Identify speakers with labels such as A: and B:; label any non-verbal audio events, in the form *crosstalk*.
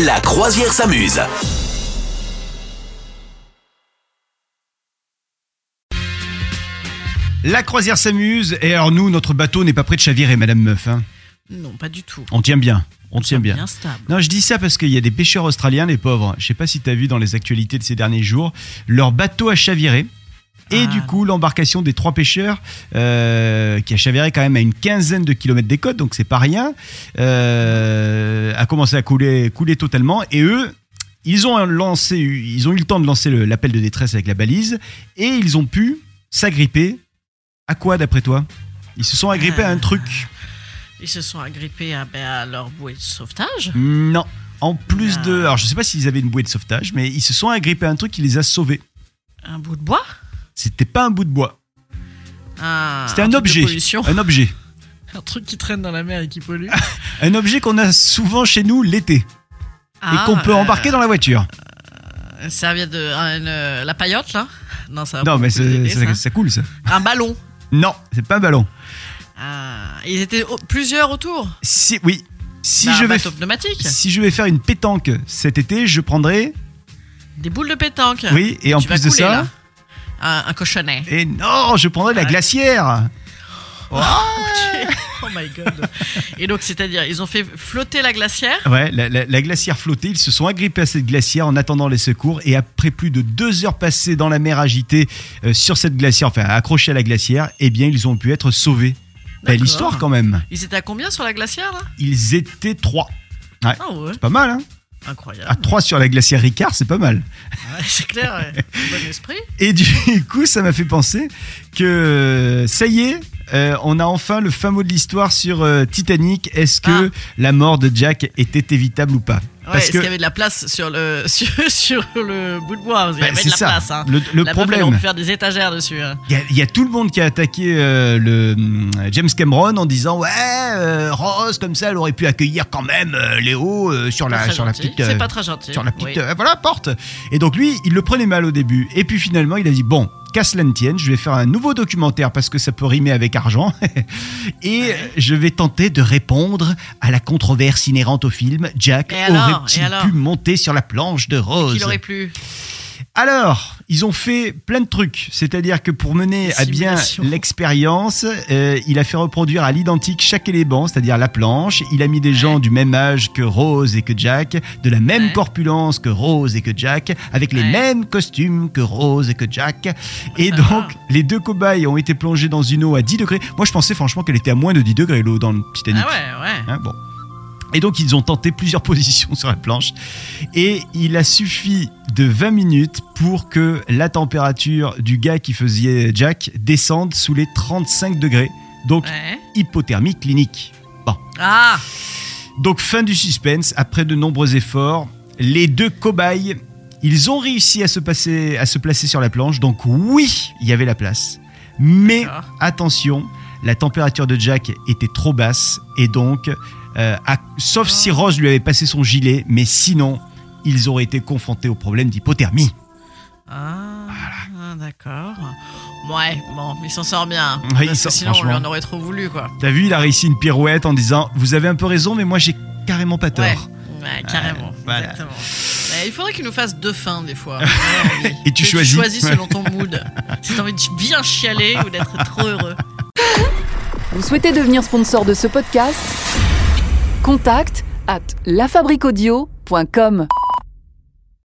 A: La croisière s'amuse.
B: La croisière s'amuse et alors nous, notre bateau n'est pas prêt de chavirer, Madame Meuf. hein.
C: Non, pas du tout.
B: On tient bien, on tient bien.
C: Bien stable.
B: Non, je dis ça parce qu'il y a des pêcheurs australiens, les pauvres. Je sais pas si t'as vu dans les actualités de ces derniers jours, leur bateau a chaviré. Et
C: Ah.
B: du coup, l'embarcation des trois pêcheurs, euh, qui a chaviré quand même à une quinzaine de kilomètres des côtes, donc c'est pas rien, euh, a commencé à couler, couler totalement. Et eux, ils ont lancé, ils ont eu le temps de lancer le- l'appel de détresse avec la balise, et ils ont pu s'agripper. À quoi, d'après toi Ils se sont agrippés à un truc.
C: Ils se sont agrippés à, ben, à leur bouée de sauvetage.
B: Non. En plus
C: Ah.
B: de. Alors, je sais pas s'ils avaient une bouée de sauvetage, mais ils se sont agrippés à un truc qui les a sauvés.
C: Un bout de bois.
B: C'était pas un bout de bois.
C: Ah,
B: C'était un,
C: truc de
B: objet.
C: pollution.
B: Un objet.
C: *laughs* Un truc qui traîne dans la mer et qui pollue.
B: Un objet qu'on a souvent chez nous l'été Ah,
C: Ah,
B: et qu'on
C: euh,
B: peut embarquer dans la voiture.
C: dans. euh, Ça vient de. un, euh, la paillote, là Non, ça va
B: Non,
C: pas
B: mais
C: beaucoup
B: c'est-
C: t'aider,
B: c'est- ça,
C: ça.
B: coule ça.
C: Un ballon.
B: Non, c'est pas un ballon.
C: Ah, ils étaient au- plusieurs autour.
B: Si, oui. Si
C: D'un
B: je, vais,
C: Bah, bateau pneumatique.
B: si je vais faire une pétanque cet été, je prendrai.
C: Des boules de pétanque.
B: Oui, et en
C: Tu vas
B: plus de
C: couler,
B: ça.
C: là. Un, un cochonnet.
B: Et non, je prendrai la
C: Ouais.
B: glacière.
C: Ok. *laughs* Oh my god. Et donc, c'est-à-dire, ils ont fait flotter la glacière.
B: Ouais, la, la- la glacière flottait. Ils se sont agrippés à cette glacière en attendant les secours. Et après plus de deux heures passées dans la mer agitée euh, sur cette glacière, enfin accrochés à la glacière, eh bien, ils ont pu être sauvés. Belle
C: D'accord.
B: histoire quand même.
C: Ils étaient à combien sur la glacière, là
B: Ils étaient trois.
C: Ah ouais,
B: C'est pas mal, hein À
C: incroyable.
B: trois sur la glacière Ricard, c'est pas mal.
C: Ouais, c'est clair,
B: *laughs*
C: ouais. bon esprit.
B: Et du *laughs* coup, ça m'a fait penser que ça y est, euh, on a enfin le fameux de l'histoire sur euh, Titanic. Est-ce que la mort de Jack était évitable ou pas
C: Ah. Ouais, est-ce qu'il y avait de la place sur le, *laughs* sur, sur le bout de bois Il y
B: Bah,
C: avait
B: c'est
C: de la
B: ça.
C: place. Hein.
B: Le, le
C: la
B: problème.
C: on peut faire des étagères dessus. hein.
B: Il y, a- il y a tout le monde qui a attaqué euh, le hum, James Cameron en disant ouais euh, Rose comme ça elle aurait pu accueillir quand même euh, Léo euh, sur
C: Pas
B: la
C: très
B: sur la
C: gentil.
B: petite euh,
C: C'est pas très gentil.
B: sur la petite
C: oui.
B: euh, voilà porte et donc lui il le prenait mal au début et puis finalement il a dit bon qu'à cela ne tienne je vais faire un nouveau documentaire parce que ça peut rimer avec argent *laughs* et
C: Ouais.
B: je vais tenter de répondre à la controverse inhérente au film Jack
C: Et alors Et
B: aurait-il
C: alors
B: pu monter sur la planche de Rose
C: Qu'il aurait plu.
B: euh, alors, ils ont fait plein de trucs, c'est-à-dire que pour mener
C: Des
B: à bien
C: simulations.
B: l'expérience, euh, il a fait reproduire à l'identique chaque élément, c'est-à-dire la planche. Il a mis des gens du même âge que Rose et que Jack, de la même
C: Ouais.
B: corpulence que Rose et que Jack, avec les
C: Ouais. Ah.
B: mêmes costumes que Rose et que Jack. Et
C: ça
B: donc,
C: va.
B: les deux cobayes ont été plongés dans une eau à 10 degrés. Moi, je pensais franchement qu'elle était à moins de 10 degrés l'eau dans le Titanic.
C: Ah ouais, ouais.
B: Hein, bon. Et donc ils ont tenté plusieurs *laughs* positions sur la planche. Et il a suffi de 20 minutes pour que la température du gars qui faisait Jack descende sous les 35 degrés. Donc
C: Ouais.
B: hypothermie clinique.
C: Ah
B: Donc fin du suspense, après de nombreux efforts, les deux cobayes, ils ont réussi à se, passer, à se placer sur la planche. Donc oui, il y avait la place. Mais
C: Ah, D'accord.
B: attention, la température de Jack était trop basse et donc, euh, à- sauf si Rose lui avait passé son gilet, mais sinon, ils auraient été confrontés au problème d'hypothermie.
C: Ah, ah, d'accord. Ouais, bon, il s'en sort bien.
B: Ouais, il
C: Parce
B: s'en-
C: que sinon, on lui en
B: franchement.
C: aurait trop voulu, quoi.
B: T'as vu, il a réussi une pirouette en disant Vous avez un peu raison, mais moi j'ai carrément pas tort.
C: Ouais. Ouais, carrément.
B: voilà.
C: Exactement. Ouais, il faudrait qu'il nous fasse deux fins des fois. Vraiment, oui.
B: *laughs* Et tu
C: Que
B: choisis.
C: selon ton mood. si t'as envie de bien chialer ou d'être trop heureux.
D: Vous souhaitez devenir sponsor de ce podcast Contact à lafabriquaudio.com.